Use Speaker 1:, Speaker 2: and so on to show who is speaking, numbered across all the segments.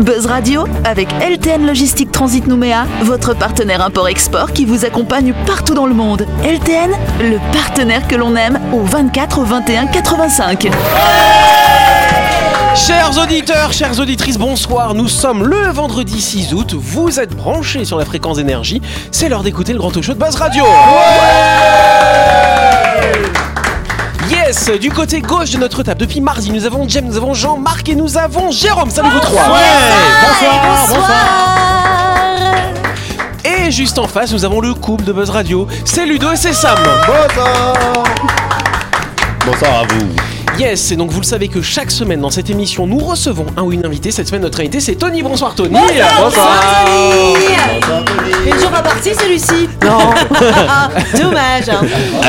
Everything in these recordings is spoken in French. Speaker 1: Buzz Radio avec LTN Logistique Transit Nouméa, votre partenaire import-export qui vous accompagne partout dans le monde. LTN, le partenaire que l'on aime au 24 21 85.
Speaker 2: Chers auditeurs, chères auditrices, bonsoir. Nous sommes le vendredi 6 août. Vous êtes branchés sur la fréquence énergie. C'est l'heure d'écouter le grand talk show de Buzz Radio. yes, du côté gauche de notre table, depuis mardi, nous avons James, nous avons Jean-Marc et nous avons Jérôme. Salut vous trois.
Speaker 3: bonsoir,
Speaker 2: Et juste en face, nous avons le couple de Buzz Radio. C'est Ludo et c'est Sam.
Speaker 3: bonsoir. Bonsoir à vous.
Speaker 2: Yes, et donc vous le savez que chaque semaine dans cette émission, nous recevons un ou une invitée. Cette semaine, notre invité, c'est Tony. Bonsoir Tony.
Speaker 4: Bonsoir Tony Il est toujours pas parti celui-ci Non Dommage hein.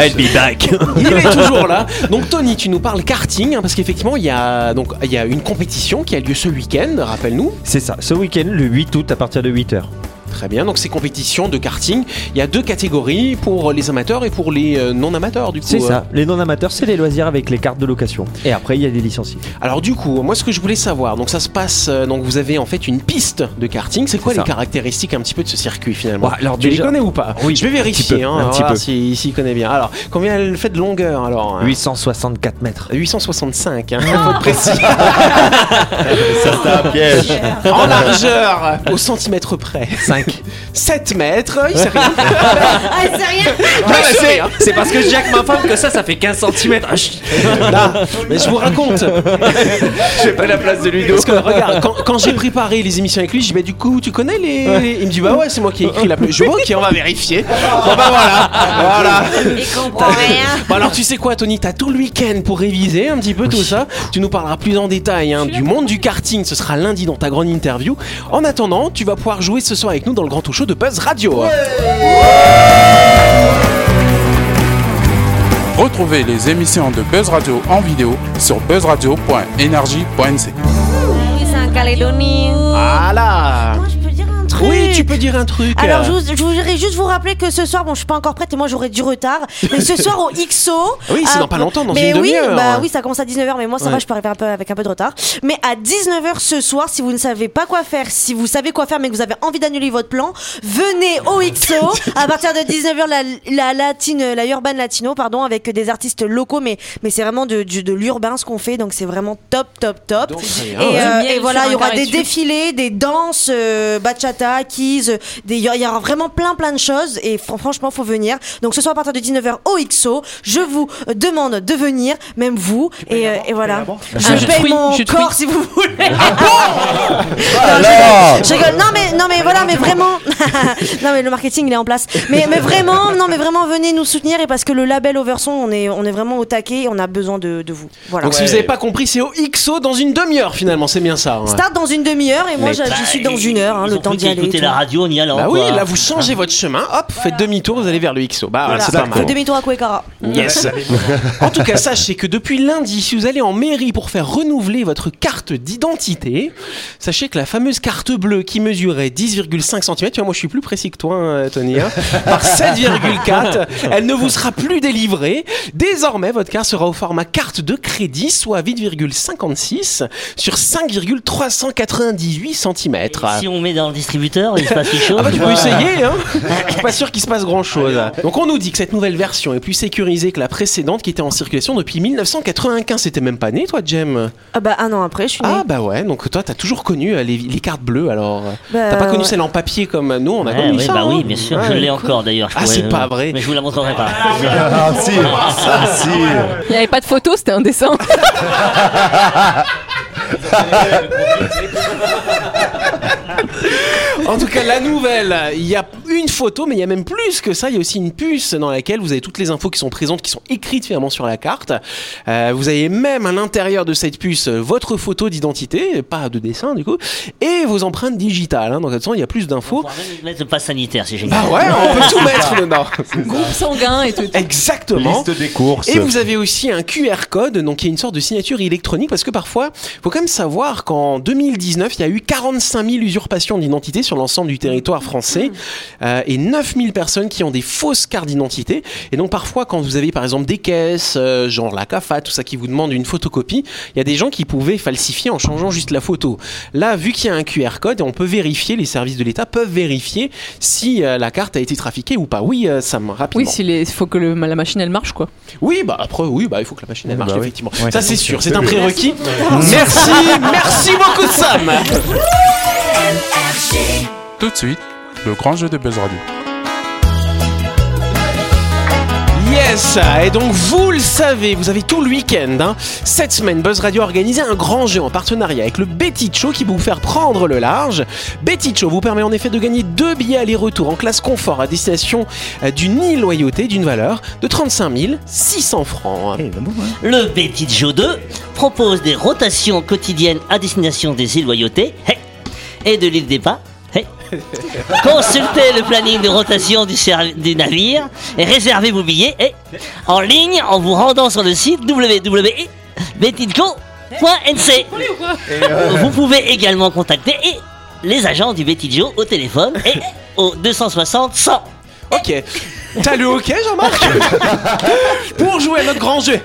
Speaker 3: I'll be back.
Speaker 2: Il est toujours là. Donc Tony, tu nous parles karting hein, parce qu'effectivement il y a donc il y a une compétition qui a lieu ce week-end. Rappelle-nous.
Speaker 5: C'est ça, ce week-end, le 8 août à partir de 8h.
Speaker 2: Très bien. Donc ces compétitions de karting, il y a deux catégories pour les amateurs et pour les euh, non amateurs du coup.
Speaker 5: C'est
Speaker 2: euh.
Speaker 5: ça, les non-amateurs, c'est les loisirs avec les cartes de location. Et après, il y a des licenciés.
Speaker 2: Alors du coup, moi ce que je voulais savoir, donc ça se passe, euh, donc vous avez en fait une piste de karting. C'est quoi
Speaker 5: C'est
Speaker 2: les
Speaker 5: ça.
Speaker 2: caractéristiques un petit peu de ce circuit finalement
Speaker 5: Ouais, alors
Speaker 2: Tu
Speaker 5: déjà-
Speaker 2: les connais ou pas
Speaker 5: Oui,
Speaker 2: Je vais
Speaker 5: un petit
Speaker 2: vérifier.
Speaker 5: peu,
Speaker 2: hein,
Speaker 5: un petit
Speaker 2: voir
Speaker 5: peu.
Speaker 2: si- s'il connaît bien. Alors combien elle fait de longueur alors hein
Speaker 5: 864 mètres. Ah.
Speaker 2: 865. Hein, faut être précis.
Speaker 3: Ça, c'est un piège.
Speaker 2: en largeur au centimètre près.
Speaker 5: 5.
Speaker 2: 7 mètres, il s'est rien.
Speaker 4: Ah c'est rien
Speaker 2: rien.
Speaker 6: C'est parce que Jack m'informe que ça, ça fait 15 cm.
Speaker 2: Là, mais je vous raconte.
Speaker 6: J'ai pas la place de Ludo.
Speaker 2: Parce que regarde, quand, quand j'ai préparé les émissions avec lui, je dis mais du coup, tu connais les. les- Il me dit bah ouais, c'est moi qui ai écrit la plus. Je dis, ok, on va vérifier. Bon bah voilà, voilà.
Speaker 4: Il comprend rien
Speaker 2: Bon alors tu sais quoi, Tony, t'as tout le week-end pour réviser un petit peu tout ça. Tu nous parleras plus en détail hein, du monde du karting. Ce sera lundi dans ta grande interview. En attendant, tu vas pouvoir jouer ce soir avec nous dans le grand talk show de Buzz Radio.
Speaker 7: Retrouvez les émissions de Buzz Radio en vidéo sur buzzradio.energie.nc.
Speaker 4: Oui c'est un Calédonie
Speaker 2: Ah là.
Speaker 4: Moi je peux dire un truc
Speaker 2: Oui, tu peux dire un truc.
Speaker 4: alors, je, vous- je voudrais juste vous rappeler que ce soir, bon, je suis pas encore prête et moi j'aurai du retard, mais ce soir au XO.
Speaker 2: Oui, c'est
Speaker 4: à-
Speaker 2: dans pas longtemps, dans
Speaker 4: mais
Speaker 2: une
Speaker 4: oui,
Speaker 2: demi-heure.
Speaker 4: Bah, oui, ça commence à 19h, mais moi ça va, je peux arriver un peu, avec un peu de retard. Mais à 19h ce soir, si vous ne savez pas quoi faire, si vous savez quoi faire, mais que vous avez envie d'annuler votre plan, venez au XO à partir de 19h, la, la latine, la urban latino, pardon, avec des artistes locaux, mais, mais c'est vraiment de, du- de l'urbain ce qu'on fait, donc c'est vraiment top, top, top.
Speaker 2: Donc, très bien.
Speaker 4: et,
Speaker 8: Ouais.
Speaker 4: euh,
Speaker 8: Du miel
Speaker 4: et voilà,
Speaker 8: sur
Speaker 4: il y
Speaker 8: un
Speaker 4: aura
Speaker 8: carré
Speaker 4: des
Speaker 8: de sucre.
Speaker 4: défis filets, des danses, euh, bachata, keys, euh, des- il y, aura vraiment plein plein de choses et fran- franchement faut venir. Donc ce soir à partir de 19h au XO, je vous euh, demande de venir, même vous et, euh, et voilà. Je
Speaker 8: Ah, je
Speaker 4: paye
Speaker 8: tweet,
Speaker 4: mon
Speaker 8: je tweet.
Speaker 4: corps si vous voulez.
Speaker 3: Ah,
Speaker 4: non,
Speaker 9: Ah,
Speaker 3: Alors
Speaker 4: je rigole, je rigole. Non mais non mais voilà mais vraiment. non mais le marketing il est en place. Mais mais vraiment non mais vraiment venez nous soutenir et parce que le label Overson on est on est vraiment au taquet et on a besoin de, de vous. Voilà.
Speaker 2: Donc si vous n'avez pas compris, c'est au XO dans une demi-heure finalement, c'est bien ça. hein. ouais.
Speaker 4: Start dans une demi-heure et moi
Speaker 9: Mais-
Speaker 4: j'y suis dans
Speaker 9: Bah,
Speaker 4: une heure hein,
Speaker 9: ils
Speaker 4: le
Speaker 9: ont
Speaker 4: temps
Speaker 9: plus
Speaker 4: d'y
Speaker 9: qu'à
Speaker 4: aller.
Speaker 9: écouter
Speaker 4: et
Speaker 9: la
Speaker 4: tout.
Speaker 9: radio, on y allant.
Speaker 2: Bah oui,
Speaker 9: quoi.
Speaker 2: là vous changez votre chemin, hop, faites demi-tour, vous allez vers le XO. Bah voilà, c'est pas mal.
Speaker 4: Fais demi-tour à Cuecara.
Speaker 2: Mmh. Yes. en tout cas, sachez que depuis lundi, si vous allez en mairie pour faire renouveler votre carte d'identité, sachez que la fameuse carte bleue qui mesurait 10,5 cm, tu vois, moi je suis plus précis que toi, hein, Tony, hein, par 7,4, elle ne vous sera plus délivrée. Désormais, votre carte sera au format carte de crédit, soit 8,56 sur 5,398 cm.
Speaker 9: Et Si on met dans le distributeur, il se passe quelque chose.
Speaker 2: Ah bah tu peux
Speaker 9: quoi.
Speaker 2: essayer hein Je suis pas sûr qu'il se passe grand chose. Donc on nous dit que cette nouvelle version est plus sécurisée que la précédente qui était en circulation depuis 1995. C'était même pas né toi Jem
Speaker 4: Ah bah un an après, je suis née.
Speaker 2: Ah bah ouais, donc toi t'as toujours connu euh, les, les cartes bleues alors.
Speaker 4: Bah,
Speaker 2: t'as pas connu
Speaker 4: ouais.
Speaker 2: celle en papier comme nous on a
Speaker 9: Ouais,
Speaker 2: connu
Speaker 9: ouais,
Speaker 2: ça.
Speaker 9: bah
Speaker 2: hein.
Speaker 9: oui, bien sûr, je
Speaker 2: Ouais.
Speaker 9: l'ai encore d'ailleurs. je
Speaker 2: Ah,
Speaker 9: pourrais- euh,
Speaker 2: c'est pas vrai.
Speaker 9: Mais je vous la montrerai pas.
Speaker 3: Ah si, ah si.
Speaker 8: Il n'y avait pas de photo, c'était un dessin.
Speaker 2: En tout cas, la nouvelle, il y a une photo, mais il y a même plus que ça. Il y a aussi une puce dans laquelle vous avez toutes les infos qui sont présentes, qui sont écrites finalement sur la carte. Euh, vous avez même à l'intérieur de cette puce euh, votre photo d'identité, pas de dessin du coup, et vos empreintes digitales. hein. Donc, de toute façon, il y a plus
Speaker 9: On
Speaker 2: d'infos.
Speaker 9: pourra même mettre le pass sanitaire, c'est génial.
Speaker 2: Bah ouais, on peut tout mettre dedans.
Speaker 8: Groupe sanguin et tout.
Speaker 2: Exactement.
Speaker 3: Liste des courses.
Speaker 2: Et vous avez aussi un QR code, donc qui est une sorte de signature électronique, parce que parfois, faut quand même savoir qu'en 2019, il y a eu 45 000 usurpations d'identité sur l'ensemble du territoire français euh, et 9000 personnes qui ont des fausses cartes d'identité. Et donc parfois, quand vous avez par exemple des caisses, euh, genre la CAFA, tout ça qui vous demande une photocopie, il y a des gens qui pouvaient falsifier en changeant juste la photo. Là, vu qu'il y a un QR code, on peut vérifier, les services de l'État peuvent vérifier si euh, la carte a été trafiquée ou pas. Oui, euh, Sam,
Speaker 8: Oui,
Speaker 2: rapidement.
Speaker 8: s'il est- faut que le- la machine elle marche quoi.
Speaker 2: Oui, bah après, oui, bah il faut que la machine elle
Speaker 5: Oui, bah
Speaker 2: marche,
Speaker 5: oui.
Speaker 2: effectivement.
Speaker 5: Ouais.
Speaker 2: Ça, c'est sûr, c'est un prérequis. Merci, merci beaucoup, Sam.
Speaker 7: Tout de suite, le grand jeu de Buzz Radio.
Speaker 2: Yes Et donc vous le savez, vous avez tout le week-end. hein. Cette semaine, Buzz Radio a organisé un grand jeu en partenariat avec le Betty Show qui va vous faire prendre le large. Betty Show vous permet en effet de gagner deux billets aller-retour en classe confort à destination euh, d'une île loyauté d'une valeur de 35 600 francs.
Speaker 9: Le Petit Joe 2 propose des rotations quotidiennes à destination des îles Loyauté hé, et de l'île des Bas. hé. Consultez le planning de rotation du, serv- du navire et réservez vos billets hé, en ligne en vous rendant sur le site www.betitco.nc. Vous pouvez également contacter hé, les agents du Petit Joe au téléphone et au 260 100.
Speaker 2: Ok. T'as le hockey, Jean-Marc Pour jouer à notre grand jeu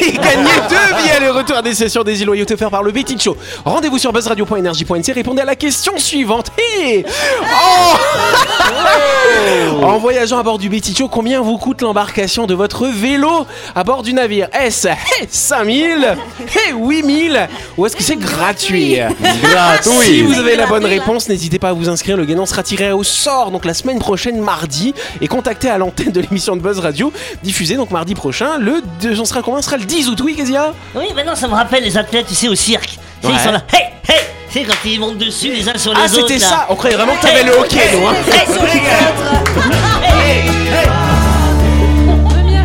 Speaker 2: et gagner deux billets aller-retour à des sessions des îles Loyauté offertes par le Betty Show. Rendez-vous sur buzzradio.energie.nc, répondez à la question suivante. Hé Oh en voyageant à bord du Betty Show, combien vous coûte l'embarcation de votre vélo à bord du navire Est-ce 5000 8000 Ou est-ce que c'est gratuit si vous avez la bonne réponse, n'hésitez pas à vous inscrire. Le gagnant sera tiré au sort donc la semaine prochaine, mardi, et contacté à l'antenne de l'émission de Buzz Radio, diffusée donc mardi prochain. Le, deux- on sera combien Ce sera le 10 août, oui, Kezia
Speaker 9: Oui, maintenant ça me rappelle les athlètes, tu sais, au cirque. Tu sais,
Speaker 2: Ouais.
Speaker 9: Ils sont là, hey, hey Tu sais, quand ils montent dessus les uns sur les
Speaker 2: Ah,
Speaker 9: autres.
Speaker 2: c'était
Speaker 9: là.
Speaker 2: ça On croyait vraiment que t'avais le hockey, nous. hein.
Speaker 9: Hey, hey,
Speaker 8: Première
Speaker 4: On va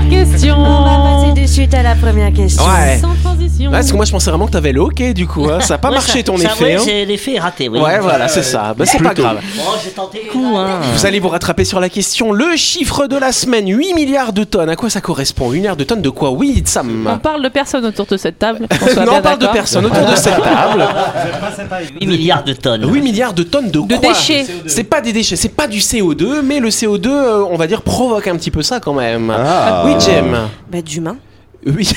Speaker 8: question. Eh.
Speaker 4: passer de suite à la première question.
Speaker 2: Ouais.
Speaker 8: Sans transition.
Speaker 2: Parce que moi, je pensais vraiment que t'avais le hockey, du coup. hein. Ça n'a pas
Speaker 9: Ouais,
Speaker 2: marché
Speaker 9: ça-
Speaker 2: ton
Speaker 9: ça,
Speaker 2: effet.
Speaker 9: ouais,
Speaker 2: hein.
Speaker 9: c'est- l'effet est raté, oui.
Speaker 2: Ouais, voilà, c'est ça. Bah, c'est pas grave.
Speaker 9: Bon, j'ai tenté le coup, hein.
Speaker 2: Vous allez vous rattraper sur la question. Le chiffre de la semaine 8 milliards de tonnes. À quoi ça correspond 1 milliard de tonnes de quoi Oui,
Speaker 8: On
Speaker 9: Ah,
Speaker 2: Sam.
Speaker 8: parle de personne autour de cette table. soit
Speaker 2: Ah. Non,
Speaker 8: bien
Speaker 2: on parle de
Speaker 8: d'accord.
Speaker 2: personne autour de cette table.
Speaker 9: 8 milliards de tonnes.
Speaker 2: 8 milliards de tonnes de,
Speaker 8: De
Speaker 2: quoi
Speaker 8: déchets.
Speaker 2: C'est pas des déchets, c'est pas du CO2, mais le CO2, euh, on va dire, provoque un petit peu ça quand même.
Speaker 3: Ah.
Speaker 2: Oui, Jem.
Speaker 4: Bah, d'humain.
Speaker 2: 8,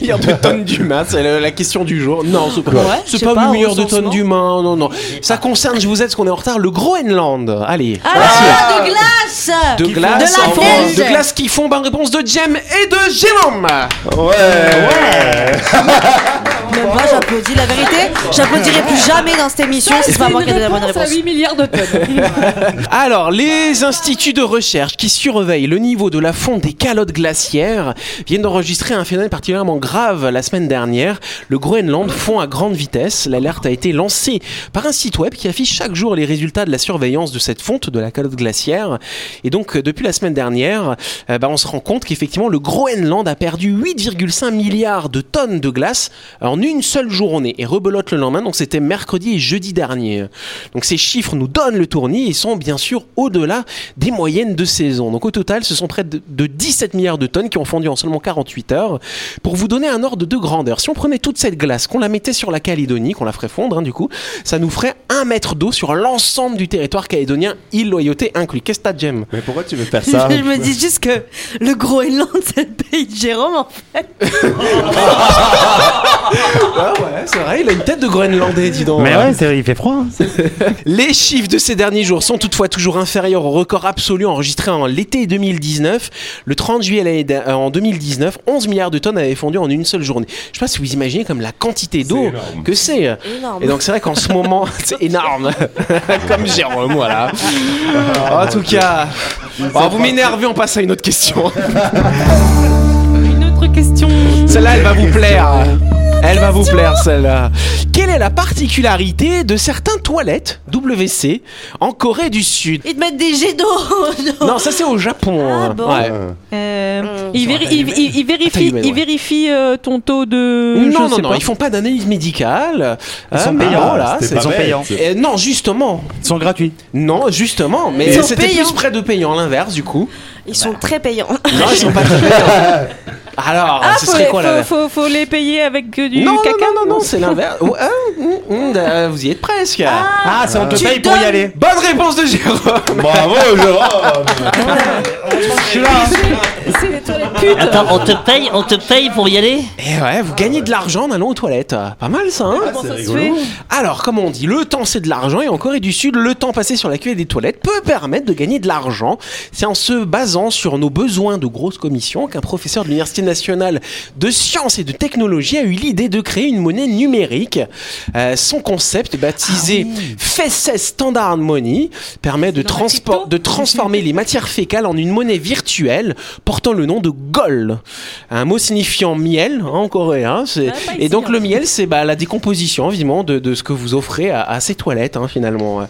Speaker 2: milliards de tonnes d'humains, c'est la, la question du jour. Non, c'est pas,
Speaker 4: Ouais,
Speaker 2: c'est
Speaker 4: je sais
Speaker 2: pas,
Speaker 4: pas,
Speaker 2: 8 milliards de tonnes
Speaker 4: recensement.
Speaker 2: d'humains, non, non. Ça concerne, je vous aide, parce qu'on est en retard, le Groenland. Allez.
Speaker 4: Ah, de glace
Speaker 2: de glace,
Speaker 4: de la
Speaker 2: en-
Speaker 4: neige.
Speaker 2: de glace qui font bonne réponse de Jem et de Jérôme.
Speaker 3: Ouais.
Speaker 4: Même moi, j'applaudis la vérité. J'applaudirai plus jamais dans cette émission si c'est pas moi qui ai donné la bonne
Speaker 8: réponse à
Speaker 4: réponse.
Speaker 8: 8 milliards de tonnes.
Speaker 2: Alors, les instituts de recherche qui surveillent le niveau de la fonte des calottes glaciaires viennent d'enregistrer un phénomène particulièrement grave la semaine dernière. Le Groenland fond à grande vitesse. L'alerte a été lancée par un site web qui affiche chaque jour les résultats de la surveillance de cette fonte de la calotte glaciaire. Et donc, euh, depuis la semaine dernière, euh, bah, on se rend compte qu'effectivement, le Groenland a perdu 8,5 milliards de tonnes de glace en une seule journée et rebelote le lendemain. Donc, c'était mercredi et jeudi dernier. Donc ces chiffres nous donnent le tournis et sont bien sûr au-delà des moyennes de saison. Donc au total, ce sont près de, de 17 milliards de tonnes qui ont fondu en seulement 48 heures. Pour vous donner un ordre de grandeur, si on prenait toute cette glace, qu'on la mettait sur la Calédonie, qu'on la ferait fondre hein, du coup, ça nous ferait un mètre d'eau sur l'ensemble du territoire calédonien, île loyauté inclus. Qu'est-ce que t'as, Jem
Speaker 3: Mais pourquoi tu veux faire ça
Speaker 4: Je me dis juste que le Groenland, c'est le pays de Jérôme. en fait.
Speaker 2: Ah ouais, c'est vrai, il a une tête de Groenlandais, dis donc.
Speaker 5: Mais ouais, c'est- il fait froid. hein.
Speaker 2: Les chiffres de ces derniers jours sont toutefois toujours inférieurs au record absolu enregistré en l'été 2019. Le 30 juillet l'année d'a- euh, en 2019, 11 milliards de tonnes avaient fondu en une seule journée. Je sais pas si vous imaginez comme la quantité d'eau que c'est.
Speaker 4: Énorme.
Speaker 2: Et donc c'est vrai qu'en ce moment, c'est énorme. comme Jérôme, voilà. En tout cas, oh, vous m'énervez, on passe à une autre question.
Speaker 8: Une autre question.
Speaker 2: Celle-là, elle va vous plaire. Elle va vous plaire, celle-là. Quelle est la particularité de certains toilettes WC en Corée du Sud
Speaker 4: Ils te mettent des jets d'eau. Non.
Speaker 2: Non, ça c'est au Japon.
Speaker 4: Ah
Speaker 2: hein.
Speaker 4: bon
Speaker 2: Ouais. Mmh.
Speaker 8: Euh, il, véri- il- il- il
Speaker 2: Attends,
Speaker 8: vérifie,
Speaker 2: Yumel,
Speaker 8: il
Speaker 2: ouais.
Speaker 8: vérifie euh, ton taux de. je
Speaker 2: Non, non,
Speaker 8: sais
Speaker 2: non,
Speaker 8: pas.
Speaker 2: ils font pas d'analyse médicale. Ils
Speaker 5: sont payants,
Speaker 2: là,
Speaker 3: c'était
Speaker 2: c'est-
Speaker 3: pas
Speaker 2: ils sont
Speaker 3: bête.
Speaker 2: payants. Eh, non, justement.
Speaker 5: Ils sont gratuits.
Speaker 2: Non, justement.
Speaker 4: Ils
Speaker 2: Mais
Speaker 4: sont
Speaker 2: c'était
Speaker 4: payants.
Speaker 2: plus près de payant, l'inverse, du coup.
Speaker 4: Ils sont très payants.
Speaker 2: Non, ils sont pas très payants. Alors,
Speaker 8: Ah,
Speaker 2: ce
Speaker 8: faut,
Speaker 2: serait
Speaker 8: les-
Speaker 2: quoi
Speaker 8: faut,
Speaker 2: la.
Speaker 8: faut- faut les payer avec euh, du
Speaker 2: Non, non,
Speaker 8: caca
Speaker 2: non, non, non, c'est l'inverse. Ouais, hein, mm, mm, euh, vous y êtes presque.
Speaker 3: Ah, c'est
Speaker 10: Euh,
Speaker 3: on te
Speaker 4: Tu
Speaker 3: paye pour y
Speaker 4: donnes-
Speaker 3: aller.
Speaker 2: Bonne réponse de Jérôme.
Speaker 3: Bravo, Jérôme.
Speaker 5: Je suis là.
Speaker 9: Attends, on te paye, on te paye pour y aller
Speaker 2: Et Eh ouais, vous gagnez de l'argent en allant aux toilettes. Pas mal ça, hein Alors, comme on dit, le temps c'est de l'argent et en Corée du Sud, le temps passé sur la cuvée des toilettes peut permettre de gagner de l'argent. C'est en se basant sur nos besoins de grosses commissions qu'un professeur de l'Université nationale de sciences et de technologie a eu l'idée de créer une monnaie numérique. Euh, son concept,
Speaker 8: Ah
Speaker 2: baptisé FSS Standard Money, permet de, transpor- de transformer les matières fécales en une monnaie virtuelle portant le nom de Gol, un mot signifiant miel hein, en coréen. c'est-
Speaker 8: Ah, pas
Speaker 2: Et
Speaker 8: ici,
Speaker 2: donc
Speaker 8: hein.
Speaker 2: le miel, c'est bah, la décomposition évidemment de, de ce que vous offrez à, à ces toilettes hein, finalement. Euh,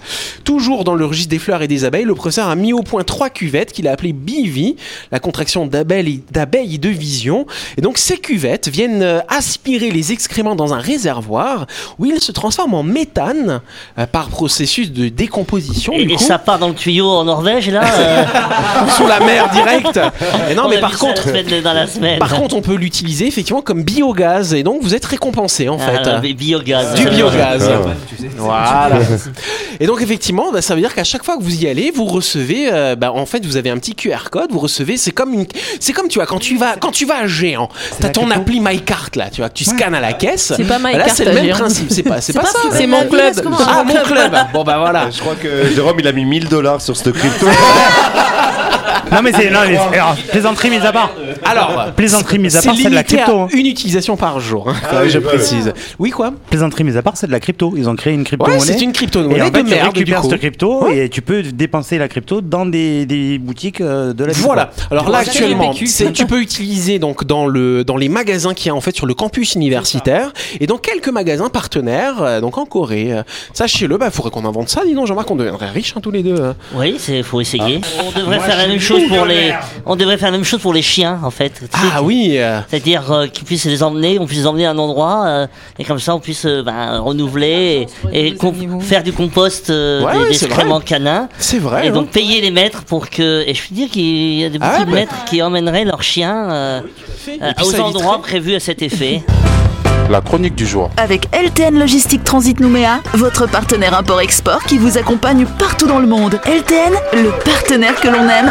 Speaker 2: Toujours dans le registre des fleurs et des abeilles, le professeur a mis au point trois cuvettes qu'il a appelées BIVI, la contraction d'abeille d'abeille de vision. Et donc ces cuvettes viennent euh, aspirer les excréments dans un réservoir où ils se transforment en méthane euh, par processus de décomposition.
Speaker 9: et,
Speaker 2: du
Speaker 9: et
Speaker 2: coup.
Speaker 9: ça part dans le tuyau en Norvège, là euh,
Speaker 2: sous la mer direct. Et non,
Speaker 9: on
Speaker 2: mais
Speaker 9: a
Speaker 2: par
Speaker 9: vu ça
Speaker 2: contre,
Speaker 9: la semaine- dans la semaine.
Speaker 2: par contre, on peut l'utiliser effectivement comme biogaz et donc vous êtes récompensé en
Speaker 9: Ah,
Speaker 2: fait. hein.
Speaker 9: mais biogaz.
Speaker 2: Du
Speaker 9: ça veut dire-
Speaker 2: biogaz.
Speaker 3: Ouais.
Speaker 2: Euh, Voilà. Et donc effectivement, bah, ça veut dire qu'à chaque fois que vous y allez, vous recevez, euh, bah, en fait, vous avez un petit QR code, vous recevez, c'est comme une, c'est comme tu vois quand tu vas, quand tu vas à Géant, t'as ton appli MyCart là, tu vois, que tu scannes à la caisse.
Speaker 8: C'est pas
Speaker 2: Bah,
Speaker 8: MyCart
Speaker 2: Là, c'est le
Speaker 8: à
Speaker 2: même
Speaker 8: Géant.
Speaker 2: principe, c'est pas, c'est pas, ça.
Speaker 8: C'est mon club.
Speaker 2: Ah mon club. Bon bah voilà.
Speaker 3: Je crois que Jérôme, il a mis 1000 dollars sur cette crypto.
Speaker 10: Non, mais c'est. Non, mais c'est- alors, plaisanterie mise à part.
Speaker 2: Alors.
Speaker 10: Plaisanterie mise à
Speaker 2: C'est
Speaker 10: part, c'est de la
Speaker 2: limité
Speaker 10: crypto.
Speaker 2: à
Speaker 10: hein.
Speaker 2: une utilisation par jour, hein,
Speaker 3: Ah oui,
Speaker 2: je
Speaker 3: bah,
Speaker 2: précise. Oui, quoi
Speaker 10: Plaisanterie mise à part, c'est de la crypto. Ils ont créé une
Speaker 2: Ouais,
Speaker 10: crypto-monnaie.
Speaker 2: c'est une
Speaker 10: Et
Speaker 2: crypto-monnaie
Speaker 10: en fait,
Speaker 2: de
Speaker 10: tu
Speaker 2: merde, du
Speaker 10: récupères
Speaker 2: coup.
Speaker 10: cette crypto et tu peux dépenser la crypto dans des, des boutiques euh, de la ville,
Speaker 2: Voilà.
Speaker 10: quoi.
Speaker 2: Alors là
Speaker 8: Pour acheter
Speaker 2: actuellement,
Speaker 8: des PQ.
Speaker 2: c'est- tu peux utiliser donc dans le dans les magasins qu'il y a en fait sur le campus universitaire et dans quelques magasins partenaires euh, donc en Corée. Euh, Sachez-le, bah faudrait qu'on invente ça, dis donc, Jean-Marc, on deviendrait riches hein, tous les deux. hein.
Speaker 9: Oui, c'est faut essayer.
Speaker 2: Ah.
Speaker 9: On devrait faire la même chose pour les. On devrait faire la même chose pour les chiens, en fait. Tu sais,
Speaker 2: Ah oui. euh,
Speaker 9: C'est-à-dire euh, qu'ils puissent les emmener, on puisse les emmener à un endroit euh, et comme ça on puisse euh, ben, renouveler et, et
Speaker 8: les
Speaker 9: com-
Speaker 8: animaux.
Speaker 9: faire du compost euh,
Speaker 2: Ouais,
Speaker 9: des-
Speaker 2: ouais,
Speaker 9: des
Speaker 2: c'est vrai.
Speaker 9: excréments canins.
Speaker 2: C'est vrai.
Speaker 9: et
Speaker 2: hein.
Speaker 9: donc payer les maîtres pour que. Et je peux dire qu'il y a des
Speaker 2: Ah
Speaker 9: petits
Speaker 2: ouais, Ah bah-
Speaker 9: maîtres qui emmèneraient leurs chiens euh, euh,
Speaker 2: Et puis
Speaker 9: aux
Speaker 2: ça
Speaker 9: endroits
Speaker 2: éviterait-
Speaker 9: prévus à cet effet.
Speaker 7: La chronique du jour.
Speaker 1: Avec LTN Logistique Transit Nouméa, votre partenaire import-export qui vous accompagne partout dans le monde. LTN, le partenaire que l'on aime.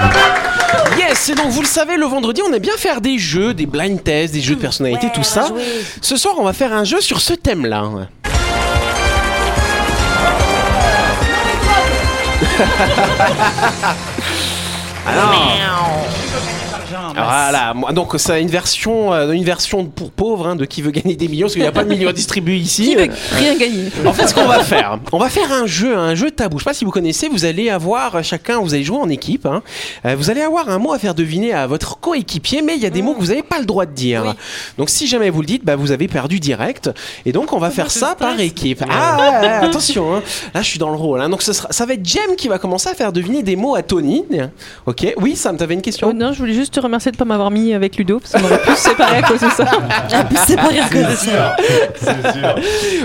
Speaker 2: Yes, et donc vous le savez, le vendredi, on aime bien faire des jeux, des blind tests, des
Speaker 8: Hmm.
Speaker 2: jeux de personnalité, tout ça. Ce soir, on va faire un jeu sur ce thème-là. hein. Alors. Voilà, moi- donc c'est une version, euh, une version pour pauvres hein, de qui veut gagner des millions, parce qu'il n'y a pas de millions à distribuer ici.
Speaker 8: Qui veut rien gagner
Speaker 2: En fait, ce qu'on va faire, on va faire un jeu, un jeu tabou. Je sais pas si vous connaissez, vous allez avoir euh, chacun, vous allez jouer en équipe. hein. Euh, Vous allez avoir un mot à faire deviner à votre coéquipier, mais il y a des mots que vous n'avez pas le droit de dire. Donc, si jamais vous le dites, bah, vous avez perdu direct. Et donc, on va faire ça par équipe. Ah, ouais, ouais, attention, hein. là, je suis dans le rôle. hein. Donc, ce sera, ça va être Jem qui va commencer à faire deviner des mots à Tony. Ok, oui, Sam, t'avais une question
Speaker 8: Oh non, je voulais juste te remercier de pas m'avoir mis avec Ludo parce qu'on aurait pu se séparer à cause de ça.
Speaker 4: C'est pas rien que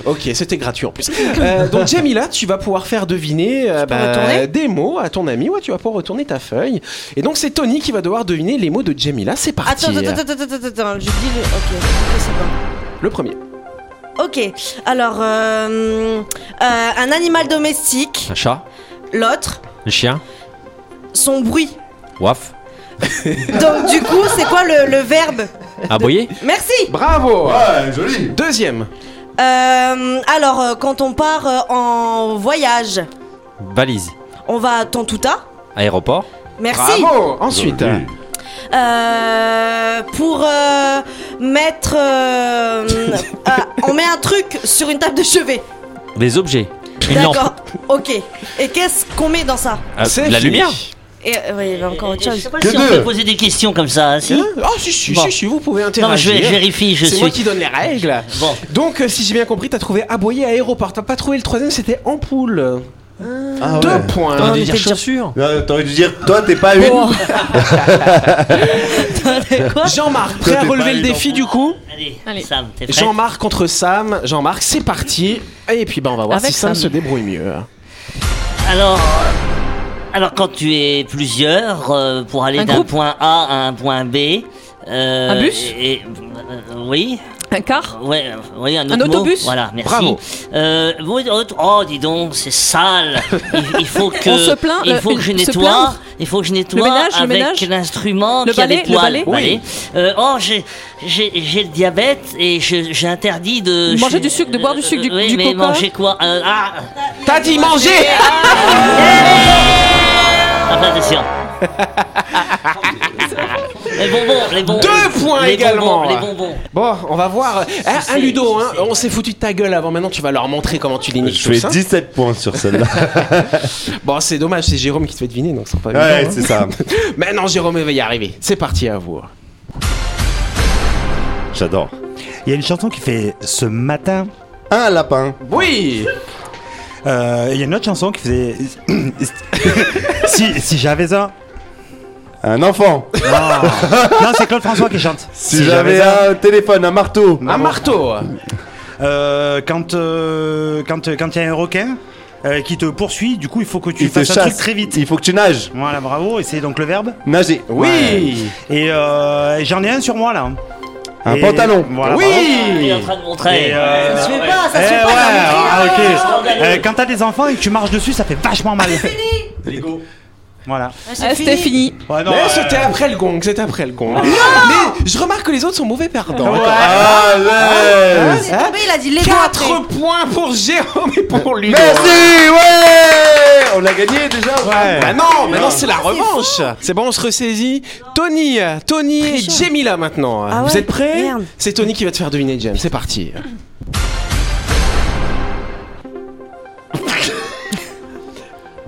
Speaker 2: Ok, c'était gratuit en plus. Euh, donc Jamila, tu vas pouvoir faire deviner euh, bah,
Speaker 4: retourner
Speaker 2: des mots à ton ami. Ouais, tu vas pouvoir retourner ta feuille. Et donc c'est Tony qui va devoir deviner les mots de Jamila. C'est parti.
Speaker 4: Attends, attends, attends, attends, attends, attends, je dis le. Ok, ok, c'est bon.
Speaker 2: Le premier.
Speaker 4: Ok, alors euh, euh, un animal domestique,
Speaker 6: Un chat,
Speaker 4: l'autre,
Speaker 6: un chien,
Speaker 4: son bruit.
Speaker 6: waf,
Speaker 4: Donc du coup, c'est quoi le, le verbe
Speaker 6: aboyer,
Speaker 4: Merci.
Speaker 2: Bravo.
Speaker 3: Ouais, Ah, joli.
Speaker 2: Deuxième.
Speaker 4: Euh, alors euh, quand on part euh, en voyage,
Speaker 6: valise,
Speaker 4: on va à Tantouta.
Speaker 6: aéroport,
Speaker 4: Merci.
Speaker 2: Bravo. Ensuite.
Speaker 3: Joli.
Speaker 4: Euh, pour euh, mettre, euh, euh, on met un truc sur une table de chevet.
Speaker 6: des objets, une lampe,
Speaker 4: D'accord. Ok. Et qu'est-ce qu'on met dans ça
Speaker 6: Euh,
Speaker 2: c'est
Speaker 6: la
Speaker 2: fini.
Speaker 6: lumière,
Speaker 4: Et euh, ouais, il y avait encore autre
Speaker 9: Je
Speaker 4: chose.
Speaker 9: sais pas
Speaker 3: Que
Speaker 9: si on
Speaker 3: deux.
Speaker 9: peut poser des questions comme ça, hein, si
Speaker 2: Hein Ah si si,
Speaker 6: Bon.
Speaker 2: si si, vous pouvez
Speaker 9: Non, mais je,
Speaker 2: interagir.
Speaker 9: vais- je vérifie, je
Speaker 2: hein. c'est moi
Speaker 9: suis.
Speaker 2: qui donne les règles.
Speaker 9: Bon.
Speaker 2: Donc, euh, si j'ai bien compris, t'as trouvé aboyer aéroport. T'as pas trouvé le troisième, c'était ampoule.
Speaker 3: Ah, ouais.
Speaker 2: Deux points.
Speaker 6: T'aurais dû dire chaussures.
Speaker 3: Non, Euh, T'aurais dû dire, toi, t'es pas une.
Speaker 2: Jean-Marc, prêt à
Speaker 3: Toi, t'es
Speaker 2: relever
Speaker 3: pas
Speaker 2: le
Speaker 3: une
Speaker 2: défi du coup
Speaker 9: Allez,
Speaker 8: Allez.
Speaker 9: Sam, t'es prêt
Speaker 2: Jean-Marc contre Sam. Jean-Marc, c'est parti. Et puis ben, on va voir
Speaker 8: Avec
Speaker 2: si Sam,
Speaker 8: Sam.
Speaker 2: se débrouille mieux.
Speaker 9: Alors, Alors, quand tu es plusieurs, euh, pour aller
Speaker 8: Un
Speaker 9: d'un
Speaker 8: groupe
Speaker 9: point A à un point B. euh,
Speaker 8: Un bus
Speaker 9: et, et- euh, Oui.
Speaker 8: Un car
Speaker 9: Ouais, euh, oui, un,
Speaker 8: Un
Speaker 9: autre mot.
Speaker 8: autobus
Speaker 9: Voilà, merci.
Speaker 6: Bravo.
Speaker 9: Euh, oui, autre- oh, dis donc, c'est sale. Il, il faut que,
Speaker 8: On se plaint,
Speaker 9: il
Speaker 8: le-
Speaker 9: faut que je
Speaker 8: se
Speaker 9: nettoie.
Speaker 8: plaindre.
Speaker 9: Il faut que je nettoie
Speaker 8: ménage, le
Speaker 9: avec
Speaker 8: ménage.
Speaker 9: l'instrument
Speaker 8: Le
Speaker 9: qui a des
Speaker 8: balai, le
Speaker 9: poils.
Speaker 8: balai.
Speaker 9: Balai. Euh, oh, j'ai, j'ai, j'ai le diabète et je- j'ai interdit de
Speaker 8: Manger
Speaker 9: je-
Speaker 8: du sucre, de boire du sucre, du-
Speaker 9: oui,
Speaker 8: du
Speaker 9: mais
Speaker 8: coca.
Speaker 9: manger quoi Euh, Ah,
Speaker 2: T'as dit manger
Speaker 9: ah, bah, attention. les bonbons, les bonbons.
Speaker 2: Deux points
Speaker 9: les
Speaker 2: également.
Speaker 9: Bonbons, les bonbons.
Speaker 2: Bon, on va voir. Ah,
Speaker 9: sais,
Speaker 2: un Ludo,
Speaker 9: je
Speaker 2: hein,
Speaker 9: sais.
Speaker 2: on s'est foutu de ta gueule avant. Maintenant, tu vas leur montrer comment tu les niques.
Speaker 3: Je fais
Speaker 2: tous, hein.
Speaker 3: 17 points sur celle-là.
Speaker 2: Bon, c'est dommage, c'est Jérôme qui te fait deviner, donc c'est pas
Speaker 3: ouais,
Speaker 2: évident, hein.
Speaker 3: c'est ça.
Speaker 2: Mais non, Jérôme il va y arriver. C'est parti à vous.
Speaker 3: J'adore.
Speaker 10: Il y a une chanson qui fait ce matin.
Speaker 3: Un lapin.
Speaker 2: Oui
Speaker 10: Euh, Il y a une autre chanson qui faisait si, si j'avais un.
Speaker 3: Un enfant.
Speaker 10: Ah. non, c'est Claude François qui chante.
Speaker 3: Si, j'avais un téléphone, un marteau.
Speaker 2: Un marteau
Speaker 10: Euh, quand euh, quand euh, quand il y a un requin euh, qui te poursuit, du coup, il faut que tu
Speaker 3: il te
Speaker 10: fasses
Speaker 3: chasse.
Speaker 10: un truc très vite.
Speaker 3: Il faut que tu nages.
Speaker 10: Voilà, bravo. Et c'est donc le verbe.
Speaker 3: Nager.
Speaker 2: Oui
Speaker 10: Et euh, j'en ai un sur moi là.
Speaker 3: Un
Speaker 10: Et-
Speaker 3: pantalon.
Speaker 10: voilà, bravo.
Speaker 9: Il est en
Speaker 2: Oui
Speaker 9: train de montrer.
Speaker 10: Et, euh,
Speaker 4: Ça se fait pas,
Speaker 10: Eh
Speaker 4: ça se fait pas.
Speaker 10: ouais,
Speaker 4: ça
Speaker 10: ah,
Speaker 4: se fait pas.
Speaker 10: ok.
Speaker 9: Scandaleux.
Speaker 10: Euh, quand t'as des enfants et que tu marches dessus, ça fait vachement mal. Voilà.
Speaker 4: Ah, c'est
Speaker 8: Ah, C'était
Speaker 4: fini.
Speaker 8: fini.
Speaker 10: Ouais, non,
Speaker 2: Mais
Speaker 10: euh,
Speaker 2: c'était après le gong, c'était après le gong. Mais je remarque que les autres sont mauvais perdants.
Speaker 3: Ah,
Speaker 4: Ah,
Speaker 3: ouais.
Speaker 4: c'est tombé, il a dit les doigts après.
Speaker 2: 4 points pour Jérôme et pour Ludo.
Speaker 3: Merci, ouais On l'a gagné déjà
Speaker 10: Ouais.
Speaker 2: Bah non, mais non, c'est
Speaker 4: Ah,
Speaker 2: la revanche. C'est bon, on se ressaisit. Tony, Tony et
Speaker 4: chaud.
Speaker 2: Jamila maintenant.
Speaker 4: Ah
Speaker 2: Vous
Speaker 4: ouais
Speaker 2: êtes prêts
Speaker 4: Merde.
Speaker 2: C'est Tony qui va te faire deviner James. C'est parti.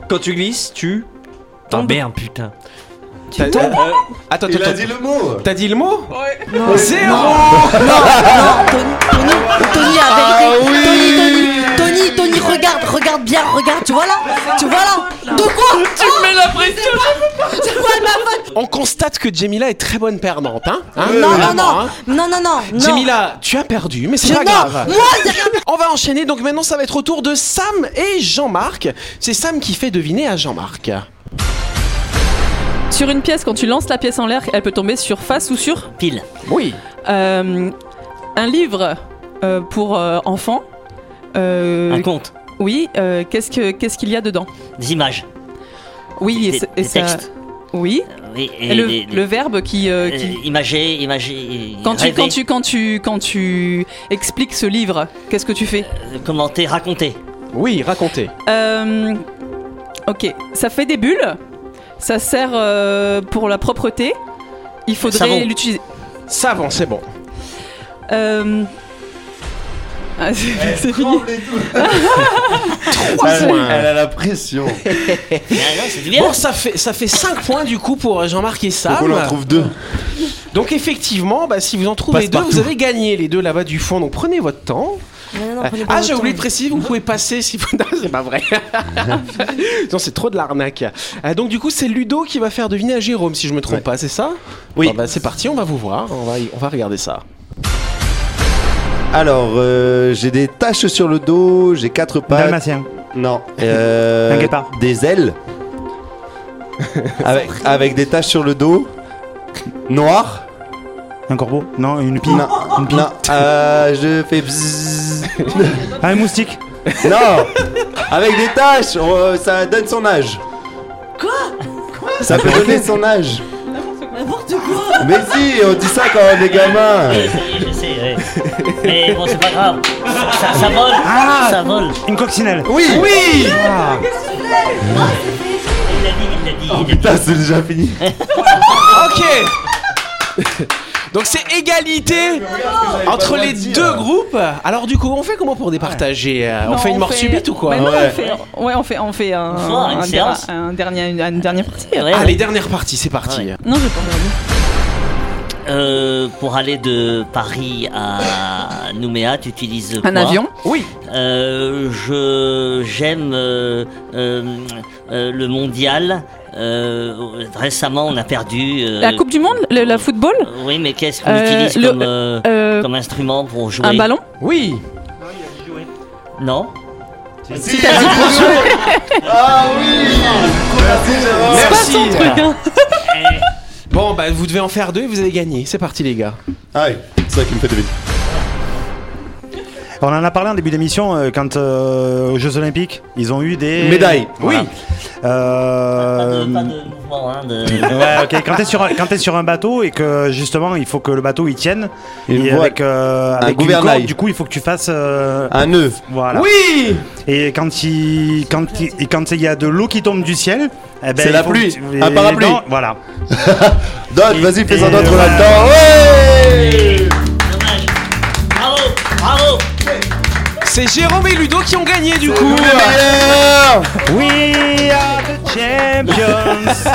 Speaker 6: Quand tu glisses, tu.
Speaker 9: Tombe.
Speaker 6: merde, putain.
Speaker 2: T'as- euh, Attends,
Speaker 3: Il
Speaker 2: attends,
Speaker 3: a
Speaker 2: attends.
Speaker 3: dit le mot
Speaker 2: T'as dit le mot
Speaker 4: Non.
Speaker 2: Zéro
Speaker 4: Non, Tony, Tony, Tony a vérité. Tony, Tony, Tony, Tony, regarde, regarde bien, regarde, tu vois là Tu vois là De quoi Tu me mets la pression C'est quoi ma faute
Speaker 2: On constate que Jamila est très bonne perdante, hein, Hein,
Speaker 4: Non, non,
Speaker 2: vraiment,
Speaker 4: non,
Speaker 2: hein.
Speaker 4: non, non, non, non.
Speaker 2: Jamila, tu as perdu, mais c'est
Speaker 4: Je-
Speaker 2: pas
Speaker 4: non,
Speaker 2: grave.
Speaker 4: moi, j'ai rien
Speaker 2: On va enchaîner, donc maintenant ça va être au tour de Sam et Jean-Marc. C'est Sam qui fait deviner à Jean-Marc.
Speaker 8: Sur une pièce, quand tu lances la pièce en l'air, elle peut tomber sur face ou sur
Speaker 9: Pile.
Speaker 2: Oui.
Speaker 8: euh, un livre euh, pour euh, enfants. Euh,
Speaker 9: Un compte.
Speaker 8: oui, euh, qu'est-ce que- qu'est-ce qu'il y a dedans
Speaker 9: Des images.
Speaker 8: Oui,
Speaker 9: Des-
Speaker 8: et, ça-
Speaker 9: des
Speaker 8: et ça-
Speaker 9: textes.
Speaker 8: Oui,
Speaker 9: Oui,
Speaker 8: et,
Speaker 9: et
Speaker 8: le,
Speaker 9: des-
Speaker 8: le verbe qui, euh,
Speaker 9: Euh,
Speaker 8: qui-
Speaker 9: Imager, imager.
Speaker 8: Quand tu,
Speaker 9: rêver,
Speaker 8: quand, tu, quand, tu, quand tu expliques ce livre, qu'est-ce que tu fais
Speaker 9: euh, Commenter, raconter.
Speaker 2: Oui, racontez.
Speaker 8: Euh, Ok, ça fait des bulles, ça sert euh, pour la propreté, il
Speaker 9: savon.
Speaker 8: faudrait l'utiliser.
Speaker 2: Savon, c'est bon.
Speaker 8: Euh, ah, c'est
Speaker 9: Eh,
Speaker 8: c'est fini.
Speaker 3: Elle elle a la pression. Faut
Speaker 9: Ah non, c'est du bien.
Speaker 2: Bon, ça fait, ça fait 5 points du coup pour euh, Jean-Marc et
Speaker 10: Ah,
Speaker 2: Sam.
Speaker 3: qu'on
Speaker 10: bah.
Speaker 3: en trouve deux.
Speaker 2: Donc effectivement, bah, si vous en trouvez deux, vous avez gagné les deux là-bas du fond, donc prenez votre temps.
Speaker 4: Non, non, non, prenez pas
Speaker 2: ah,
Speaker 4: votre
Speaker 2: j'ai
Speaker 4: temps.
Speaker 2: oublié de préciser, vous pouvez passer si vous... Non, c'est pas vrai. non, c'est trop de l'arnaque. Euh, donc du coup, c'est Ludo qui va faire deviner à Jérôme, si je me trompe pas, c'est ça
Speaker 3: Oui.
Speaker 2: Bon, bah, c'est parti, on va vous voir, on va, y- on va regarder ça.
Speaker 3: Alors, euh, j'ai des taches sur le dos, j'ai quatre pattes.
Speaker 10: Dalmatien.
Speaker 3: Non. Euh,
Speaker 10: Un guépard.
Speaker 3: Des ailes. avec, avec des taches sur le dos. Noir.
Speaker 10: Un corbeau. Non, une pie.
Speaker 3: Non.
Speaker 10: Une pie.
Speaker 3: Non. euh, je fais bzzz.
Speaker 10: Ah, un moustique.
Speaker 3: Non. Avec des taches, on- ça donne son âge. Quoi Ça peut donner son âge.
Speaker 4: N'importe quoi
Speaker 3: Mais si, on dit ça quand on est gamin.
Speaker 9: Oui, ça y est, je sais, ouais. Mais bon, c'est pas grave. Ça, ça vole.
Speaker 10: Ah
Speaker 9: ça vole.
Speaker 10: Une coccinelle.
Speaker 3: Oui. Oui.
Speaker 10: Ah.
Speaker 9: Il l'a dit, il l'a dit. il l'a dit.
Speaker 3: Putain, c'est déjà fini.
Speaker 2: Ok Donc c'est égalité entre les deux groupes. Alors du coup, on fait comment pour départager euh, On
Speaker 8: Non,
Speaker 2: fait une mort subite ou quoi
Speaker 8: Bah non,
Speaker 3: Ouais.
Speaker 8: on fait, ouais, on fait, on fait un,
Speaker 9: Faut une
Speaker 8: un,
Speaker 9: séance.
Speaker 8: un, dernier, une, une dernière partie.
Speaker 9: Ouais,
Speaker 2: Allez,
Speaker 9: ouais.
Speaker 2: dernière partie, c'est parti.
Speaker 9: Eh Ouais.
Speaker 8: Non, j'ai pas envie.
Speaker 9: Euh, pour aller de Paris à Nouméa, tu utilises
Speaker 8: Un
Speaker 9: quoi
Speaker 8: avion
Speaker 2: Oui.
Speaker 9: Euh, je j'aime euh, euh, euh, le mondial. Euh, récemment, on a perdu. euh,
Speaker 8: La Coupe du Monde Le- La football
Speaker 9: euh, Oui, mais qu'est-ce qu'on
Speaker 8: Euh,
Speaker 9: utilise
Speaker 8: le-
Speaker 9: comme, euh,
Speaker 8: euh,
Speaker 9: comme instrument pour jouer
Speaker 8: Un ballon
Speaker 2: Oui.
Speaker 9: Non.
Speaker 3: Si, t'as dit bonjour. Ah oui
Speaker 2: Merci.
Speaker 8: hein.
Speaker 2: Bon, bah vous devez en faire deux et vous allez gagner. C'est parti, les gars.
Speaker 3: Ah oui, c'est ça qui me fait deviner.
Speaker 10: On en a parlé en début d'émission euh, quand euh, aux Jeux Olympiques, ils ont eu des
Speaker 3: Médailles,
Speaker 10: Oui. Euh,
Speaker 9: hein,
Speaker 10: ouais, ok. Quand t'es sur un- quand t'es sur un bateau et que justement il faut que le bateau il tienne
Speaker 3: Une
Speaker 10: et
Speaker 3: voile.
Speaker 10: avec, euh,
Speaker 3: Un
Speaker 10: avec une
Speaker 3: gouvernail.
Speaker 10: corde, du coup il faut que tu fasses euh,
Speaker 3: Un nœud.
Speaker 10: Voilà.
Speaker 3: Oui.
Speaker 10: Et quand il quand il, et quand il y a de l'eau qui tombe du ciel, eh ben,
Speaker 3: C'est
Speaker 10: il
Speaker 3: la
Speaker 10: faut
Speaker 3: pluie.
Speaker 10: que tu-
Speaker 3: Un parapluie.
Speaker 10: Non, voilà.
Speaker 3: D'autres, vas-y, fais-en
Speaker 10: et
Speaker 3: d'autres, on a le
Speaker 10: voilà.
Speaker 3: temps. Ouais
Speaker 9: Bravo, bravo.
Speaker 2: C'est Jérôme et Ludo qui ont gagné du coup.
Speaker 3: Meilleur
Speaker 10: We are the champions.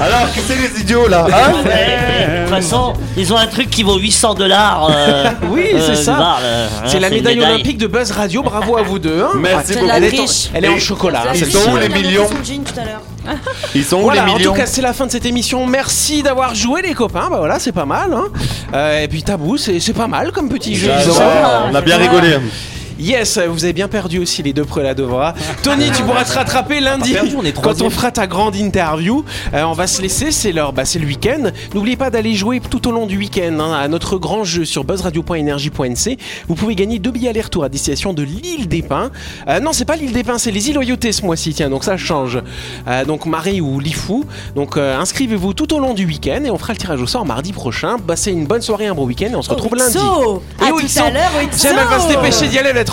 Speaker 3: Alors, qui c'est les idiots là hein
Speaker 4: Ah,
Speaker 9: De toute façon, ils ont un truc qui vaut 800 dollars. euh,
Speaker 2: Oui, c'est ça.
Speaker 9: hein,
Speaker 2: Ah, C'est la médaille, olympique de Buzz Radio. Bravo à vous deux. hein.
Speaker 3: Merci
Speaker 4: C'est la
Speaker 2: Elle
Speaker 3: beaucoup.
Speaker 2: est en,
Speaker 4: triche.
Speaker 2: elle est en
Speaker 3: Et-
Speaker 2: chocolat.
Speaker 3: Ils
Speaker 2: là, celle-ci.
Speaker 3: sont où les
Speaker 4: J'avais
Speaker 3: millions
Speaker 4: raison de Jean tout à l'heure.
Speaker 3: Ils sont où
Speaker 2: Voilà,
Speaker 3: les
Speaker 2: en
Speaker 3: millions
Speaker 2: tout cas, c'est la fin de cette émission. Merci d'avoir joué, les copains. Bah voilà, c'est pas mal. hein. Euh, et puis, tabou, c'est c'est pas mal comme petit jeu.
Speaker 3: Ah,
Speaker 2: disons.
Speaker 3: ça, On a bien rigolé.
Speaker 2: Yes, vous avez bien perdu aussi les deux prélats devra. Tony, tu pourras te rattraper lundi
Speaker 6: perdu, on est
Speaker 2: quand
Speaker 6: troisième.
Speaker 2: on fera ta grande interview. Euh, on va se laisser, c'est l'heure, bah, c'est le week-end. N'oubliez pas d'aller jouer tout au long du week-end hein, à notre grand jeu sur buzzradio.energie.nc. Vous pouvez gagner deux billets aller-retour à destination de l'île des Pins. Euh, non, c'est pas l'île des Pins, c'est les îles Oyoté ce mois-ci, tiens, donc ça change. Euh, donc Marie ou Lifou. Donc euh, inscrivez-vous tout au long du week-end et on fera le tirage au sort mardi prochain. Passez une bonne soirée, un bon week-end et on se retrouve lundi.
Speaker 4: So,
Speaker 2: Et
Speaker 4: à
Speaker 2: où
Speaker 4: tout
Speaker 2: ils sont
Speaker 4: à l'heure, où ils
Speaker 2: J'aime, elle va
Speaker 4: sont.
Speaker 2: se dépêcher d'y aller, elle va être